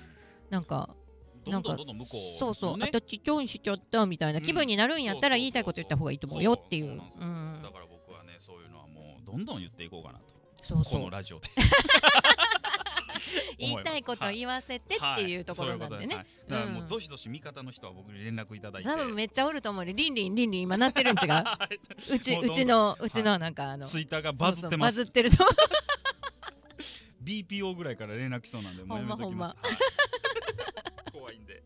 Speaker 2: なんか。
Speaker 1: うん
Speaker 2: な
Speaker 1: ど
Speaker 2: ん
Speaker 1: んどん
Speaker 2: か
Speaker 1: どんどん向こう、
Speaker 2: そうそう、あ
Speaker 1: ね
Speaker 2: とちっちょんしちゃったみたいな気分になるんやったら
Speaker 1: うん
Speaker 2: 言いたいこと言った方がいいと思うよっていう
Speaker 1: そうそうそうそう
Speaker 2: うん
Speaker 1: だから僕はねそういうのはもうどんどん言っていこうかなと
Speaker 2: そう
Speaker 1: こ
Speaker 2: そ
Speaker 1: の
Speaker 2: う
Speaker 1: ラジオで
Speaker 2: 言いたいことを言わせてっていうところなんでね、
Speaker 1: はいそういうことですはいだからもううんどしどし味方の人は僕に連絡いただいて
Speaker 2: 多 分めっちゃおると思うでリンリンリンリン今なってるん違ううち
Speaker 1: もうどん
Speaker 2: う
Speaker 1: どん
Speaker 2: ちのうちのなんかあの、
Speaker 1: ツイッターがバズってます
Speaker 2: そうそうバズってると思
Speaker 1: BPO ぐらいから連絡来そうなんでもうやめときます、はい 怖いんで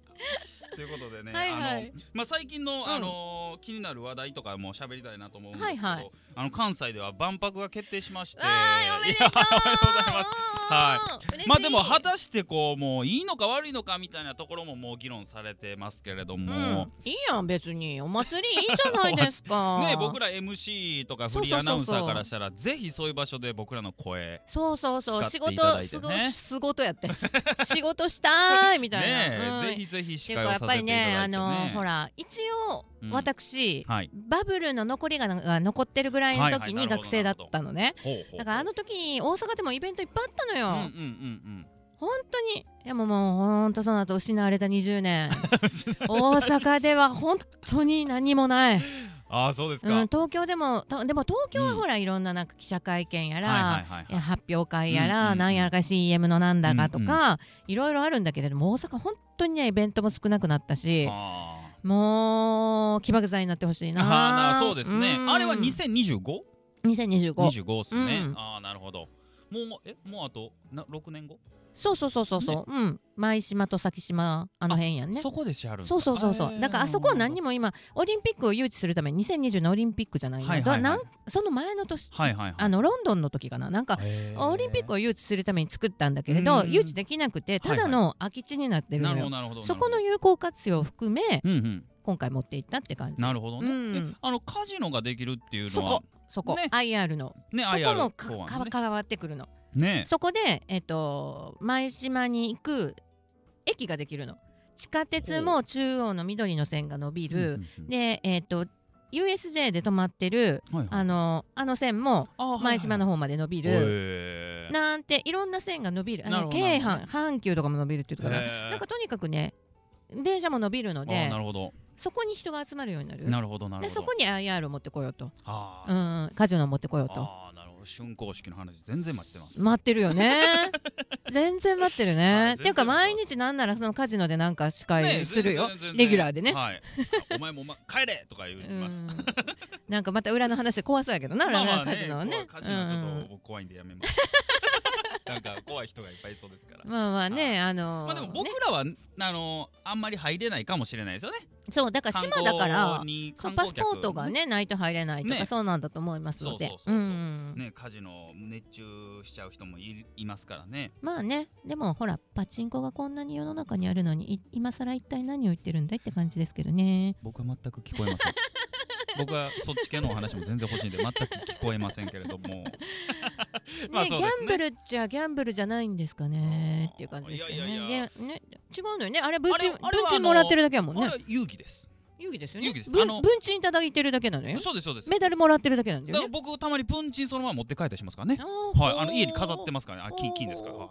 Speaker 1: ということでね、
Speaker 2: はいはい
Speaker 1: あのまあ、最近の、
Speaker 2: ん
Speaker 1: あの気になる話題とかも喋りたいなと思うんですけど、
Speaker 2: はいはい
Speaker 1: あの関西では万博が決定しまして
Speaker 2: わーいおめ でとう
Speaker 1: いやおめでとうございますは
Speaker 2: うん嬉しい
Speaker 1: まあでも果たしてこうもういいのか悪いのかみたいなところももう議論されてますけれども、
Speaker 2: うん、いいやん別にお祭りいいじゃないですか
Speaker 1: ね、僕ら MC とかフリーアナウンサーからしたらぜひそういう場所で僕らの声
Speaker 2: そうそうそう、
Speaker 1: 使
Speaker 2: 仕
Speaker 1: っていた
Speaker 2: 事
Speaker 1: だいてね
Speaker 2: すご仕事やって 仕事したいみたい
Speaker 1: ね
Speaker 2: な、うん
Speaker 1: ぜひぜひ
Speaker 2: ってい
Speaker 1: 司
Speaker 2: うか
Speaker 1: 会をさ
Speaker 2: やっ
Speaker 1: せ
Speaker 2: ぱ
Speaker 1: て
Speaker 2: り
Speaker 1: いただいて、ね
Speaker 2: ね、あのほら一応
Speaker 1: うん
Speaker 2: 私、
Speaker 1: はい
Speaker 2: バブルの残りがが残ってるぐらいの時
Speaker 1: はいはい
Speaker 2: に学生だったのね、
Speaker 1: ほうほうほう
Speaker 2: だからあの時大阪でもイベントいっぱいあったのよ、
Speaker 1: うんうんうん
Speaker 2: 本当にでももう本当その後失われた20年
Speaker 1: うん
Speaker 2: 大阪では本当に何もない
Speaker 1: ああそうです
Speaker 2: うん、
Speaker 1: か、
Speaker 2: 東京でもとでも東京は
Speaker 1: うん
Speaker 2: ほら、いろんななんか記者会見やら、
Speaker 1: はいはいはいはい
Speaker 2: いや発表会
Speaker 1: う
Speaker 2: や
Speaker 1: んうん
Speaker 2: ら、
Speaker 1: うん
Speaker 2: なんやらか CM のなんだかとか、
Speaker 1: う
Speaker 2: いろいろあるんだけれども大阪本当にねイベントも少なくなったし
Speaker 1: あ
Speaker 2: もう起爆剤になってほしい
Speaker 1: ー
Speaker 2: な
Speaker 1: あーそうですね
Speaker 2: ん
Speaker 1: あれは 2025?25
Speaker 2: 2025
Speaker 1: 25ですね、
Speaker 2: うん
Speaker 1: ああなるほどもうえもうあとな6年後、
Speaker 2: そうそうそうそうそう、うん舞島と先島あの辺やんね
Speaker 1: そこでしはるんですか
Speaker 2: そうそうそうそう
Speaker 1: えー
Speaker 2: だからあそこは何に
Speaker 1: なる
Speaker 2: も今オリンピックを誘致するために2020のオリンピックじゃないの、
Speaker 1: はいはいはい
Speaker 2: だなんその前の年、
Speaker 1: ほどはいはいはい
Speaker 2: あのロンドンの時かななんか
Speaker 1: へー
Speaker 2: オリンピックを誘致するために作ったんだけれど、
Speaker 1: うん
Speaker 2: 誘致できなくてただの空き地になってるの
Speaker 1: な
Speaker 2: よ、
Speaker 1: るほどなるほど
Speaker 2: そこ
Speaker 1: な
Speaker 2: の
Speaker 1: る
Speaker 2: 有効活用を含め
Speaker 1: ほどうんうん
Speaker 2: 今回持っていったって感じ
Speaker 1: なるほどね、
Speaker 2: うん
Speaker 1: えあのカジノができるっていう
Speaker 2: そ
Speaker 1: のは
Speaker 2: こそこ、
Speaker 1: ね
Speaker 2: IR の
Speaker 1: ね
Speaker 2: そこもか
Speaker 1: 公
Speaker 2: か
Speaker 1: 安のね
Speaker 2: 関わってくるの、
Speaker 1: ね
Speaker 2: そこで、えっと舞島に行く駅ができるの地下鉄も中央の緑の線が伸び
Speaker 1: うんう
Speaker 2: る、
Speaker 1: んうん
Speaker 2: で、えっと USJ で止まってる
Speaker 1: はいはい
Speaker 2: あのあの線も
Speaker 1: あはいはい
Speaker 2: 前島の方まで伸びる、
Speaker 1: へー
Speaker 2: なんていろんな線が伸びるあ
Speaker 1: なる
Speaker 2: の
Speaker 1: ほどなる
Speaker 2: 京
Speaker 1: ほど
Speaker 2: 阪阪急とかも伸びるっていうところ
Speaker 1: へ
Speaker 2: か
Speaker 1: ー
Speaker 2: ななんかとにかくね電車も伸びるの
Speaker 1: あー
Speaker 2: で
Speaker 1: なるほど
Speaker 2: そこに人が集まるようになる
Speaker 1: なるほどなるほど
Speaker 2: でそこに IR を持ってこようと、
Speaker 1: あ
Speaker 2: う
Speaker 1: ー
Speaker 2: んうん、カジノを持ってこようと
Speaker 1: あーなるほど竣工式の話全然待ってます
Speaker 2: 待ってるよ ね全然待ってる
Speaker 1: はい全然待ってま
Speaker 2: ね
Speaker 1: す
Speaker 2: っていうか毎日なんならそのカジノでなんか司
Speaker 1: ね
Speaker 2: 会するよ、
Speaker 1: 全然全然
Speaker 2: レギュラーでね、
Speaker 1: はい お前もま帰れとか言います
Speaker 2: うん なんかまた裏の話で怖そうやけどな、裏のカジノはね
Speaker 1: 怖いカジノはちょ
Speaker 2: うん
Speaker 1: っと僕怖いんでやめ ます。なんか怖い人がいっぱいいそうですから。
Speaker 2: まあまあね、あのー
Speaker 1: まあでも
Speaker 2: ね
Speaker 1: 僕らは、あのあんまり入れないかもしれないですよね。
Speaker 2: そうだから島だから
Speaker 1: 観光に
Speaker 2: そ
Speaker 1: 観
Speaker 2: うパ
Speaker 1: 光
Speaker 2: ス
Speaker 1: 客
Speaker 2: ポートが。ねないと入れないとか、
Speaker 1: ね
Speaker 2: そうなんだと思いますので
Speaker 1: そうそうそうそう
Speaker 2: うんうん
Speaker 1: ねカジノ熱中しちゃう人もいいますからね。
Speaker 2: まあねでもほらパチンコがこんなに世の中にあるのにい今更一体何を言ってるんだいって感じですけどね
Speaker 1: 僕は全く聞こえま せん。僕はそっち系のお話も全然欲しいんで全く聞こえませんけれども。
Speaker 2: ね
Speaker 1: まあ
Speaker 2: ギ
Speaker 1: そ
Speaker 2: ャ
Speaker 1: うですね
Speaker 2: ンブルっちゃギャンブルじゃないんですかねっていう感じですけどね
Speaker 1: いやいやいや
Speaker 2: でね違うのよねあれ文賃
Speaker 1: あれあれは
Speaker 2: 文賃もらってるだけやもん
Speaker 1: あれ
Speaker 2: ね
Speaker 1: は勇気です。
Speaker 2: 勇気ですよ
Speaker 1: 勇
Speaker 2: ね
Speaker 1: 気ですあ
Speaker 2: 文
Speaker 1: の
Speaker 2: 文賃いただいてるだけなのよ
Speaker 1: そうですそうです。
Speaker 2: メダルもらってるだけなんだ
Speaker 1: だから
Speaker 2: よね
Speaker 1: 僕たまにプンチンそのまま持って帰ったりしますからね。はい、あの家に飾ってますからね、あ金金ですから、はい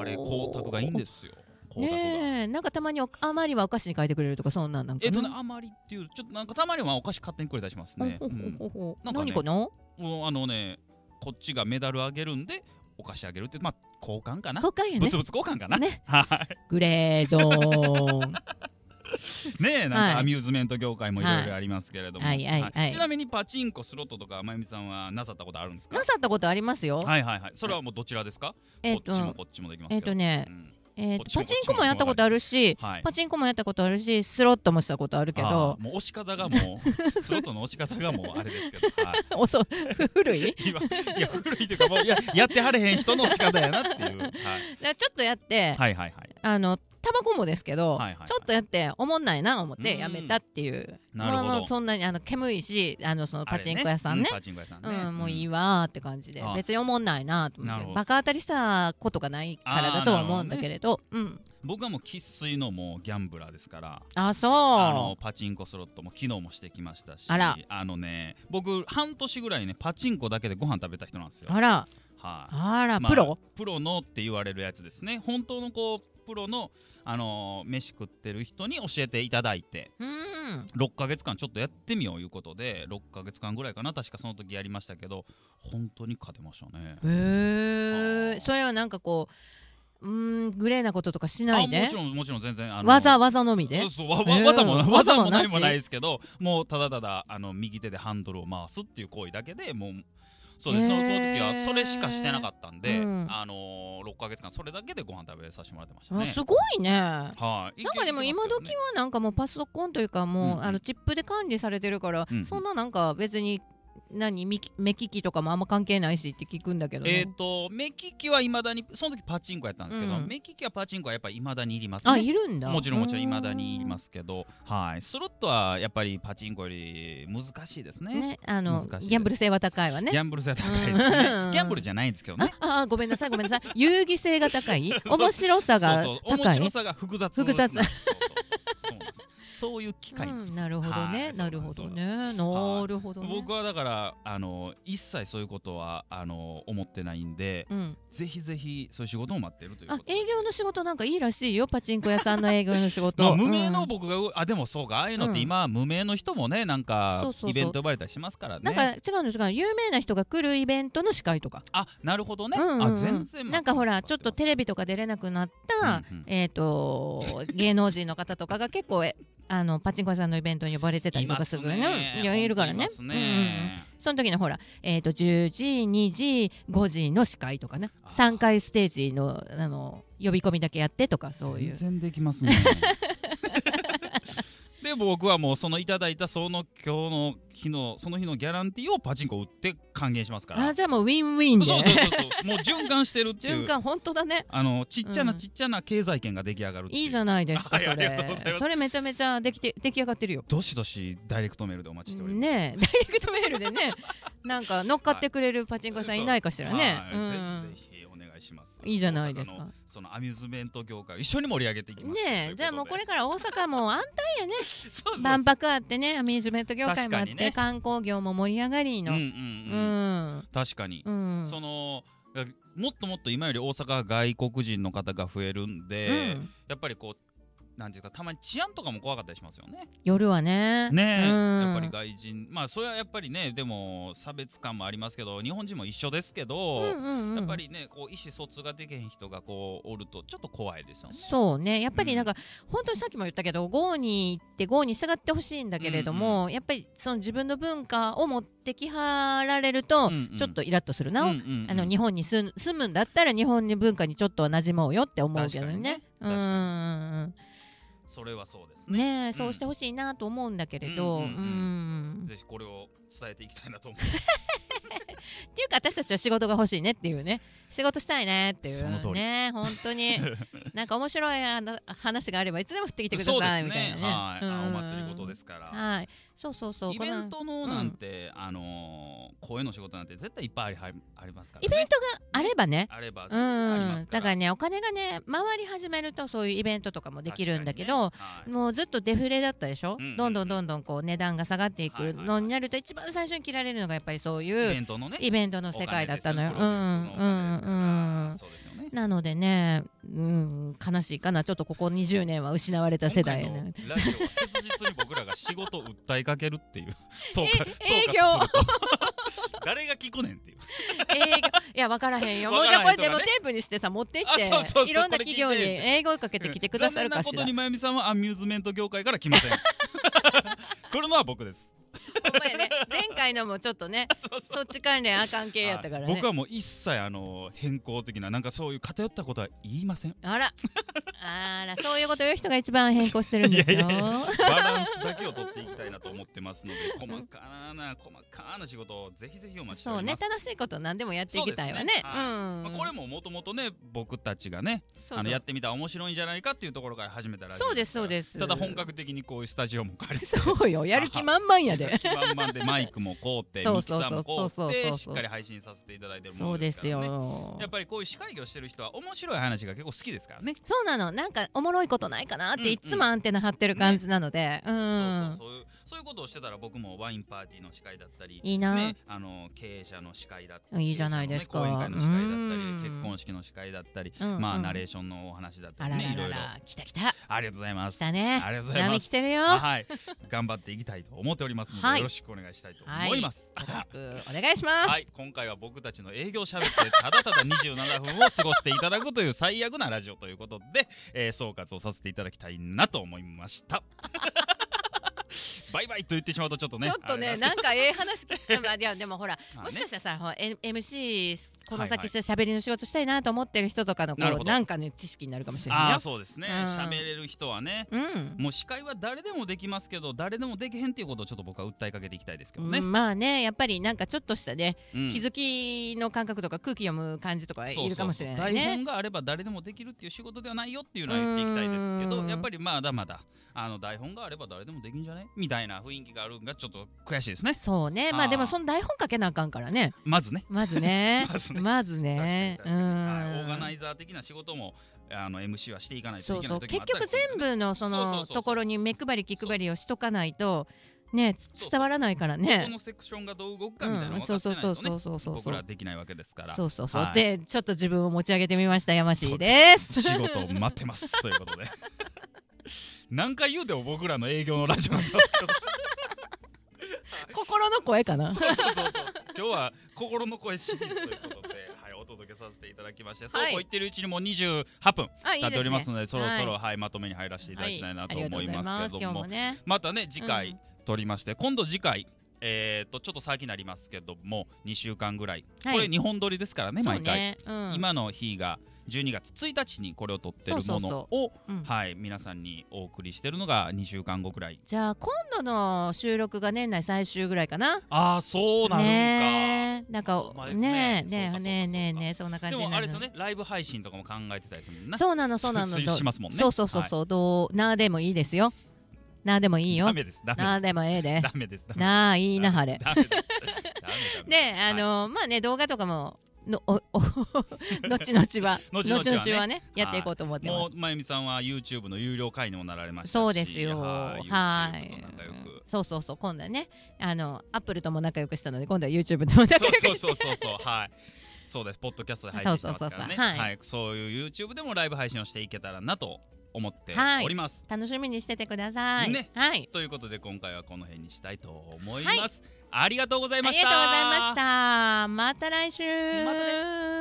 Speaker 1: あれ光沢がいいん
Speaker 2: す
Speaker 1: ですよ。光沢が。
Speaker 2: ねえなんかたまにおあまりはお菓子に変えてくれるとかそんなんなんか、
Speaker 1: えっとね、あまりっていう、ちょっとなんかたまにはお菓子買ってにくれたりしますね。
Speaker 2: ほ
Speaker 1: う
Speaker 2: ほ
Speaker 1: ん
Speaker 2: ほほ
Speaker 1: なんかね
Speaker 2: 何かな
Speaker 1: もうあのね、こっちがメダルあげるんで、お菓子あげるって、まあ交換かな。
Speaker 2: 交換や
Speaker 1: 物
Speaker 2: ね
Speaker 1: 々交換かな。
Speaker 2: ね
Speaker 1: は
Speaker 2: グレーゾ ーン
Speaker 1: い。ねえ、なん
Speaker 2: はい
Speaker 1: かアミューズメント業界もいろいろありますけれども。
Speaker 2: はいはいはい
Speaker 1: ちなみにパチンコスロットとか、まゆみさんはなさったことあるんですか
Speaker 2: な。さったことありますよ、
Speaker 1: はいはいはい、それはもうどちらですか。
Speaker 2: えっ、
Speaker 1: こっちも
Speaker 2: と
Speaker 1: こっちもできますけ
Speaker 2: えっ、
Speaker 1: ど。
Speaker 2: とね
Speaker 1: う、ん
Speaker 2: えー
Speaker 1: ことっちも
Speaker 2: パチンコもやったことあるし
Speaker 1: はい。
Speaker 2: パチンコもやったことあるしスロットもしたことあるけ
Speaker 1: あ
Speaker 2: ど
Speaker 1: ーもう押し方がもうスロットの押し方がもうあれですけど、はい、
Speaker 2: おそう古い
Speaker 1: 今いや古いというかもういややってはれへん人の押し方やなっていう、はい、
Speaker 2: なちょっとやって、
Speaker 1: はいはいはい
Speaker 2: あのタバコもですけ
Speaker 1: は
Speaker 2: ど、
Speaker 1: いはいはい
Speaker 2: ちょっとやっておもんないな思っ
Speaker 1: う
Speaker 2: て
Speaker 1: ん
Speaker 2: やめたっていう、
Speaker 1: なるほど
Speaker 2: まあまあそんなにあの煙いしあのそのパチンコ屋さんね
Speaker 1: あれうパチンコ屋さんね、
Speaker 2: うん、もういい
Speaker 1: わ
Speaker 2: わーって感じで
Speaker 1: ああ
Speaker 2: 別に思んないなと思
Speaker 1: な
Speaker 2: っ
Speaker 1: るほど
Speaker 2: てバカ当たりしたことがないからだとは思うんだけれどうん、
Speaker 1: 僕はもう生粋のもうギャンブラーですから
Speaker 2: あそう
Speaker 1: あのパチンコスロットも昨日もしてきましたし
Speaker 2: あら
Speaker 1: あのね僕半年ぐらいねパチンコだけでご飯食べた人なんですよ
Speaker 2: あら
Speaker 1: はい、
Speaker 2: あら、
Speaker 1: まあ
Speaker 2: プロ
Speaker 1: プロのって言われるやつですね本当のこうプロのあのー飯食ってる人に教えていただいて
Speaker 2: うーん
Speaker 1: 6ヶ月間ちょっとやってみよういうことで6ヶ月間ぐらいかな確かその時やりましたけど本当に勝てましたね。
Speaker 2: へ
Speaker 1: あ
Speaker 2: え
Speaker 1: あ
Speaker 2: それはなんかこううーんグレーなこととかしな
Speaker 1: あ
Speaker 2: いで
Speaker 1: もちろんもちろん全然あの
Speaker 2: わざわざのみで
Speaker 1: そうわわ
Speaker 2: えー
Speaker 1: 技も技
Speaker 2: 技も
Speaker 1: も
Speaker 2: な
Speaker 1: な
Speaker 2: し
Speaker 1: いもないですけどもうただただあの右手でハンドルを回すっていう行為だけでもうそうです、
Speaker 2: へー
Speaker 1: その時はそれしかしてなかったんで、
Speaker 2: うん
Speaker 1: あのー、6ヶ月間それだけでご飯食べさせてもらってました
Speaker 2: あ
Speaker 1: ね。
Speaker 2: すごいねな
Speaker 1: はい、
Speaker 2: んかでも今時
Speaker 1: は
Speaker 2: はなんかもうパソコンというかもう、
Speaker 1: うん
Speaker 2: あのチップで管理されてるから、
Speaker 1: うん
Speaker 2: そんななんか別に何み目利きとかもあんま関係ないしって聞くんだけどね、
Speaker 1: えっ、と目利きはいまだにその時パチンコやったんですけど、
Speaker 2: うん
Speaker 1: 目利きはパチンコはやっぱりいまだにいりますね。
Speaker 2: あいるんだ
Speaker 1: もちろんもちろんいまだにいますすけど、はい、スロットはやっぱりパチンコより難しいですね。
Speaker 2: ねあ
Speaker 1: 難
Speaker 2: の
Speaker 1: しいです
Speaker 2: ギャンブル性は高いわ
Speaker 1: ギ
Speaker 2: ね
Speaker 1: ャンブル性は高いですね。
Speaker 2: うん
Speaker 1: ギャンブルじゃないんですけど
Speaker 2: あ
Speaker 1: ね。
Speaker 2: あごめんなさいごめんなさい 遊戯性が高い
Speaker 1: そう
Speaker 2: 面白さが
Speaker 1: そうそう面
Speaker 2: 高い
Speaker 1: 白さが複雑
Speaker 2: 複雑
Speaker 1: そうそうそうそうそうなんですそういう機会です、
Speaker 2: うん、なるほどね、
Speaker 1: はい
Speaker 2: なるほど。
Speaker 1: そうなんです
Speaker 2: ねなるほど
Speaker 1: そうな
Speaker 2: ね
Speaker 1: んです僕はだからあの一切そういうことはあの思ってないんで、
Speaker 2: うん、
Speaker 1: ぜひぜひそういう仕事を待ってるというこ
Speaker 2: あ
Speaker 1: とで
Speaker 2: 営業の仕事なんかいいらしいよパチンコ屋さんの営業の仕事
Speaker 1: まあ、無名の
Speaker 2: うん
Speaker 1: 僕が、あでもそうかああいうのっ
Speaker 2: うん
Speaker 1: て今、無名の人もねなん
Speaker 2: そう
Speaker 1: か
Speaker 2: そうそう
Speaker 1: イベント呼ばれたりしますからね
Speaker 2: なんか違うの違うの有名な人が来るイベントの司会とか、
Speaker 1: あなるほどね、
Speaker 2: うんうんうん
Speaker 1: あ全然
Speaker 2: なんかほらちょっとテ
Speaker 1: レ
Speaker 2: レビとか出れなくなった、
Speaker 1: うんうん
Speaker 2: えっ、と芸能人の方とかが結構えあのパチンコ屋さんのイベントに呼ばれてたりとかするのよいやいるからね
Speaker 1: ます
Speaker 2: うんうんうん
Speaker 1: ね、
Speaker 2: その時のほら、えー、と10時、2時、5時の司会とかね
Speaker 1: あー
Speaker 2: 3回ステージのあの呼び込みだけやってとかそういう。
Speaker 1: 全然できますね で僕はもうそのいただいたその今日の日のその日のギャランティーをパチンコ売って還元しますから
Speaker 2: あじゃあもうウィンウィン
Speaker 1: そ
Speaker 2: で
Speaker 1: うそうそうそうもう循環してるっていう
Speaker 2: 循環本当だね
Speaker 1: あのちっちゃ
Speaker 2: う
Speaker 1: な
Speaker 2: うん
Speaker 1: ちっちゃな経済圏が出来上がるっていう
Speaker 2: いいじゃないですか
Speaker 1: はい
Speaker 2: そ
Speaker 1: ありがとうございま
Speaker 2: れ
Speaker 1: す
Speaker 2: それめちゃめちゃできて出来上がってるよ。
Speaker 1: どしどしダイレクトメールでお待ちしております、
Speaker 2: ねえダイレク トメールでねなんか乗っかってくれるパチンコ屋さんいないかしらね。
Speaker 1: はい
Speaker 2: うん
Speaker 1: ぜひぜひお願いしますします
Speaker 2: いいじゃないです
Speaker 1: 大阪
Speaker 2: か
Speaker 1: のそのアミューズメント業界を一緒に盛り上げていきます
Speaker 2: ねえじゃあもうこれから大 阪も安
Speaker 1: だよねそうそうそう
Speaker 2: 万博あってねアミューズメント業界もあっ
Speaker 1: 確かに
Speaker 2: て、
Speaker 1: ね
Speaker 2: 観光業も盛り上がり
Speaker 1: う
Speaker 2: の
Speaker 1: んう
Speaker 2: うん
Speaker 1: うん、
Speaker 2: ん
Speaker 1: 確かに、
Speaker 2: うん
Speaker 1: そのえもっともっと今より大阪は外国人の方が増えるんで、
Speaker 2: うん
Speaker 1: やっぱりこうなんていうかたまに治安とかも怖かったりしますよね。
Speaker 2: 夜はね
Speaker 1: ねえ、
Speaker 2: うん
Speaker 1: やっぱり外人まあそれはやっぱりねでも差別感もありますけど日本人も一緒ですけど、
Speaker 2: うんうんうん
Speaker 1: やっぱりねこう意思疎通ができへん人がこうおるとちょっと怖いですよね。
Speaker 2: そうねやっぱりなんか、本当にさっきも言ったけど GO に行って GO に従ってほしいんだけれども、やっぱりその自分の文化を持ってきはられると、
Speaker 1: うんうん
Speaker 2: ちょっとイラッとするな、
Speaker 1: うんうんうん
Speaker 2: あの日本に住ん住むんだったら日本の文化にちょっとは馴染もうよって思うけどね。
Speaker 1: 確かにね
Speaker 2: うん
Speaker 1: それはそうですね。
Speaker 2: ねえそうしてほしいなと思うんだけれど、
Speaker 1: う
Speaker 2: うんん
Speaker 1: うんうんぜひこれを伝えていきたいなと 思います。
Speaker 2: っていうか私たちは仕事が欲しいねっていうね仕事したいねっていう
Speaker 1: その通り
Speaker 2: ね本当 になんか面白いあの話があればいつでも振ってきてくだ
Speaker 1: そうで
Speaker 2: さい
Speaker 1: す
Speaker 2: みたい
Speaker 1: ね
Speaker 2: な。ね
Speaker 1: はい、あ
Speaker 2: う
Speaker 1: お
Speaker 2: ん
Speaker 1: 祭り事ですから。
Speaker 2: はい、そうそうそう。
Speaker 1: イベン
Speaker 2: この
Speaker 1: トのなんて、あのー声の仕事なんて絶対いっぱいありはありますから、ね、
Speaker 2: イベントがあればね。
Speaker 1: あればあ
Speaker 2: う
Speaker 1: りま
Speaker 2: ん
Speaker 1: す、か
Speaker 2: だ
Speaker 1: ら
Speaker 2: からねお金がね回り始めるとそういうイベントとかもできるんだけど、
Speaker 1: 確かにね
Speaker 2: もうずっとデフレだったでしょ、
Speaker 1: うんうん
Speaker 2: どんどんどんどんこう値段が下がってい
Speaker 1: はい
Speaker 2: く
Speaker 1: はいは
Speaker 2: の
Speaker 1: い
Speaker 2: になると一番最初に切られるのがやっぱりそう
Speaker 1: はい
Speaker 2: い
Speaker 1: イベ
Speaker 2: う
Speaker 1: ントのね
Speaker 2: イベントの世界だったのよ。
Speaker 1: お
Speaker 2: うんう
Speaker 1: 金ですよプロデュースのお金ですか
Speaker 2: んうん
Speaker 1: らそうですよね
Speaker 2: なのでね、うん、悲しいかなちょっとここ20年は失われた世代やね
Speaker 1: 今回のラジオは切実に僕らが仕事を訴えかけるって いうそうか
Speaker 2: 営業
Speaker 1: そうかすると誰が聞くねんっていう
Speaker 2: 英語いや分からへんよもう
Speaker 1: 分
Speaker 2: じ
Speaker 1: か
Speaker 2: ゃあ
Speaker 1: ら
Speaker 2: こ
Speaker 1: へん
Speaker 2: れ
Speaker 1: とかね
Speaker 2: デモテープにしてさ持ってっ
Speaker 1: あ
Speaker 2: て
Speaker 1: そうそうそう
Speaker 2: いろんな
Speaker 1: これ聞い
Speaker 2: 企
Speaker 1: てね
Speaker 2: 業に英語をかけてきてくださるか
Speaker 1: 残念な
Speaker 2: し
Speaker 1: こと
Speaker 2: ら
Speaker 1: にまゆみさんはアミューズメント業界から来ま せん来るのは僕です
Speaker 2: ほんまやね前回のもちょっとね
Speaker 1: そうそう
Speaker 2: そっち関連あかん系やったから
Speaker 1: はい
Speaker 2: ね
Speaker 1: 僕はもう一切あの変更的ななんかそういう偏ったことは言いま せん
Speaker 2: あらあらそういうこと言う人が一番変更してるんですよ
Speaker 1: いやいやいバランスだけを取っていきたいなと思ってますので細かな細かな仕事をぜひぜひお待ちしてお
Speaker 2: そう
Speaker 1: り
Speaker 2: ね
Speaker 1: ます。
Speaker 2: 楽しいこと何でもやっていきたいわね
Speaker 1: そうですね
Speaker 2: う
Speaker 1: は
Speaker 2: ん
Speaker 1: まあ、これももともとね僕たちがね
Speaker 2: そうそう
Speaker 1: あのやってみたら面白いんじゃないかっていうところから始めたら
Speaker 2: そうですそうです
Speaker 1: ただ本格的にこういうスタジオも借りて
Speaker 2: そうよやる気満々やで
Speaker 1: 気満々でマイクもこうて
Speaker 2: そ
Speaker 1: ミ
Speaker 2: う
Speaker 1: キサ
Speaker 2: そうそう
Speaker 1: ーもこ
Speaker 2: そう
Speaker 1: う
Speaker 2: そうそうそ
Speaker 1: て
Speaker 2: う
Speaker 1: しっかり配信させていただいてるも
Speaker 2: そう
Speaker 1: の
Speaker 2: で
Speaker 1: ですか
Speaker 2: す
Speaker 1: ら、ね、
Speaker 2: よ
Speaker 1: やっぱりこういう司会業してる人は面白い話が結構好きですからね
Speaker 2: そうなのなんかおもろいことないかなっ
Speaker 1: うんう
Speaker 2: て
Speaker 1: ん
Speaker 2: いつもアンテナ張ってる感じなのでう
Speaker 1: そうんそうそういうそういうことをしてたら僕もワインパーティーの司会だったり
Speaker 2: いいな
Speaker 1: ね、あの経営者の司会だったり
Speaker 2: いいじゃないですか
Speaker 1: 経営者のね講演会の司会だ
Speaker 2: う
Speaker 1: った
Speaker 2: ん
Speaker 1: り結婚式の司会だったり、
Speaker 2: うんうん
Speaker 1: まあナレーションのお話だった
Speaker 2: あ
Speaker 1: り
Speaker 2: ら
Speaker 1: ね
Speaker 2: ら
Speaker 1: いろ
Speaker 2: ら
Speaker 1: いろ
Speaker 2: ら来た来た
Speaker 1: ありがとうございます
Speaker 2: だね
Speaker 1: ありがとうござい
Speaker 2: 波
Speaker 1: ま
Speaker 2: 来
Speaker 1: す
Speaker 2: てるよよ
Speaker 1: はい頑張っていきたいと思っておりますので、
Speaker 2: はい
Speaker 1: よろしくお願いしたいと思います
Speaker 2: ろ
Speaker 1: は
Speaker 2: しくお願いします
Speaker 1: い、今回は僕たちの営業しゃべってただただ27分を過ごしていただくという最悪なラジオということで、えー総括をさせていただきたいなと思いましたバイバイと言ってしまうとちょっとね
Speaker 2: ちょっと
Speaker 1: あれなんで
Speaker 2: ね
Speaker 1: すけど
Speaker 2: なんかええ話聞いたまあいやでもほら
Speaker 1: まあね
Speaker 2: もしかしたらさほら M- MC この
Speaker 1: はいはい
Speaker 2: 先しゃべりの仕事したいなと思ってる人とかのこ
Speaker 1: なる
Speaker 2: う
Speaker 1: ほど
Speaker 2: なんかね知識になるかもしれない
Speaker 1: ああ
Speaker 2: よ
Speaker 1: ー。そうですね
Speaker 2: うん
Speaker 1: 喋れる人はね
Speaker 2: うん
Speaker 1: もう司会は誰でもできますけど誰でもできへんっていうことをちょっと僕は訴えかけていきたいですけど
Speaker 2: う
Speaker 1: ね、
Speaker 2: んまあねやっぱりなんかちょっとしたね、
Speaker 1: うん
Speaker 2: 気づきの感覚とか空気読む感じとかいるかもしれない
Speaker 1: そうそうそう台
Speaker 2: ね
Speaker 1: 本があれば誰でもできるっていう仕事ではないよっていうのは言っていきたいですけ
Speaker 2: う
Speaker 1: ど
Speaker 2: ん
Speaker 1: やっぱりまだまだあの台本があれば誰でもできんじゃねみたいな雰囲気があるんがちょっと悔しいですね
Speaker 2: そうねま
Speaker 1: あ
Speaker 2: あ
Speaker 1: ー
Speaker 2: でもその台本書けなあかんからね
Speaker 1: まずね
Speaker 2: ま ずね
Speaker 1: まずね
Speaker 2: まずね
Speaker 1: 確かに確かに、はいオーガナ
Speaker 2: うん
Speaker 1: イザー的な仕事もあの MC はしていかないと
Speaker 2: そ
Speaker 1: いうけ
Speaker 2: そ
Speaker 1: な
Speaker 2: う
Speaker 1: い時も
Speaker 2: 結
Speaker 1: あった
Speaker 2: 局
Speaker 1: りする
Speaker 2: 全部の
Speaker 1: そ
Speaker 2: そ
Speaker 1: うそうそう
Speaker 2: の
Speaker 1: そう
Speaker 2: ところに目配り気配りをしとかないとね
Speaker 1: そう
Speaker 2: 伝わらないからね
Speaker 1: このセクションがどう動くかみたいなの
Speaker 2: うん
Speaker 1: が
Speaker 2: そ
Speaker 1: 分
Speaker 2: う
Speaker 1: か
Speaker 2: そ
Speaker 1: っ
Speaker 2: う
Speaker 1: てない
Speaker 2: そ
Speaker 1: とね
Speaker 2: うそうそうそう
Speaker 1: 僕
Speaker 2: そ
Speaker 1: らは
Speaker 2: う
Speaker 1: できないわけですから
Speaker 2: そうそうそう、
Speaker 1: はい
Speaker 2: でちょっと自分を持ち上げてみました山
Speaker 1: そう
Speaker 2: 氏です
Speaker 1: 仕事を待ってますということ で何回言うても僕らの営業のラジオなんですけど
Speaker 2: 心の声かな
Speaker 1: そうそうそうそう 今日は心の声シリーズということで、はい、お届けさせていただきまして、そうこう言ってるうちにもう28分
Speaker 2: あいい
Speaker 1: 経っ
Speaker 2: です
Speaker 1: ております
Speaker 2: ね
Speaker 1: のでそろそろ、
Speaker 2: は
Speaker 1: はいまとめに入らせていただきたいなと
Speaker 2: ありがと
Speaker 1: 思
Speaker 2: うご
Speaker 1: い
Speaker 2: ざい
Speaker 1: ます
Speaker 2: ま
Speaker 1: け
Speaker 2: す
Speaker 1: ど
Speaker 2: 今日
Speaker 1: も
Speaker 2: もね
Speaker 1: またね次回、
Speaker 2: うん
Speaker 1: 撮りまして今度次回えー、とちょっと先になりますけども2週間ぐらい、
Speaker 2: はい
Speaker 1: これ2本撮りですからね
Speaker 2: そう
Speaker 1: 毎回、
Speaker 2: ね、うん、
Speaker 1: 今の日が12月1日にこれを撮ってるものを
Speaker 2: そううん
Speaker 1: はい、皆さんにお送りしてるのが2週間後くらい。
Speaker 2: じゃあ今度の収録が年内最終ぐらいかな
Speaker 1: ああ、そうなるんか。
Speaker 2: ねえなん
Speaker 1: ほ
Speaker 2: か
Speaker 1: んまですね
Speaker 2: ねえね
Speaker 1: そうかそうか
Speaker 2: え
Speaker 1: で
Speaker 2: ねえねえねえそんな感じに
Speaker 1: も
Speaker 2: な
Speaker 1: あ
Speaker 2: る
Speaker 1: れですよね、ライブ配信とかも考えてたりするもんな。
Speaker 2: そうなのそうなの
Speaker 1: 推進しますもんね
Speaker 2: そうそうそうそう、どうなあでもいいですよなあでもいいよ
Speaker 1: ダメです、ダ
Speaker 2: なあ
Speaker 1: メで。
Speaker 2: でもええです
Speaker 1: ダメです、ダメです。
Speaker 2: なあいいなあれ
Speaker 1: ダメです。ダメですダメです
Speaker 2: で
Speaker 1: ダメ
Speaker 2: あ、
Speaker 1: です
Speaker 2: のまあね動画とかものおお 後々は
Speaker 1: 後々はね
Speaker 2: ねやっていこうと思ってま
Speaker 1: も
Speaker 2: す
Speaker 1: うまゆみさんは YouTube の有料会にもなられましたし
Speaker 2: そうですよ
Speaker 1: は
Speaker 2: はいい
Speaker 1: YouTube と仲良く
Speaker 2: そうそうそう今度はねあのアップルとも仲良くしたので今度は YouTube とも仲
Speaker 1: そ
Speaker 2: 良
Speaker 1: う
Speaker 2: くして
Speaker 1: そうそうそうそうはいそうですポッドキャストで配信してますからね
Speaker 2: そうそうそうそうはい
Speaker 1: はいそういう YouTube でもライブ配信をしていけたらなと思っております、
Speaker 2: 楽しみにしててください、
Speaker 1: ね
Speaker 2: はい
Speaker 1: ということで今回はこの辺にしたいと思います、ありがとうござ
Speaker 2: あ
Speaker 1: い
Speaker 2: り
Speaker 1: ま
Speaker 2: がとうご
Speaker 1: した
Speaker 2: ざいましたまた来週
Speaker 1: また
Speaker 2: ね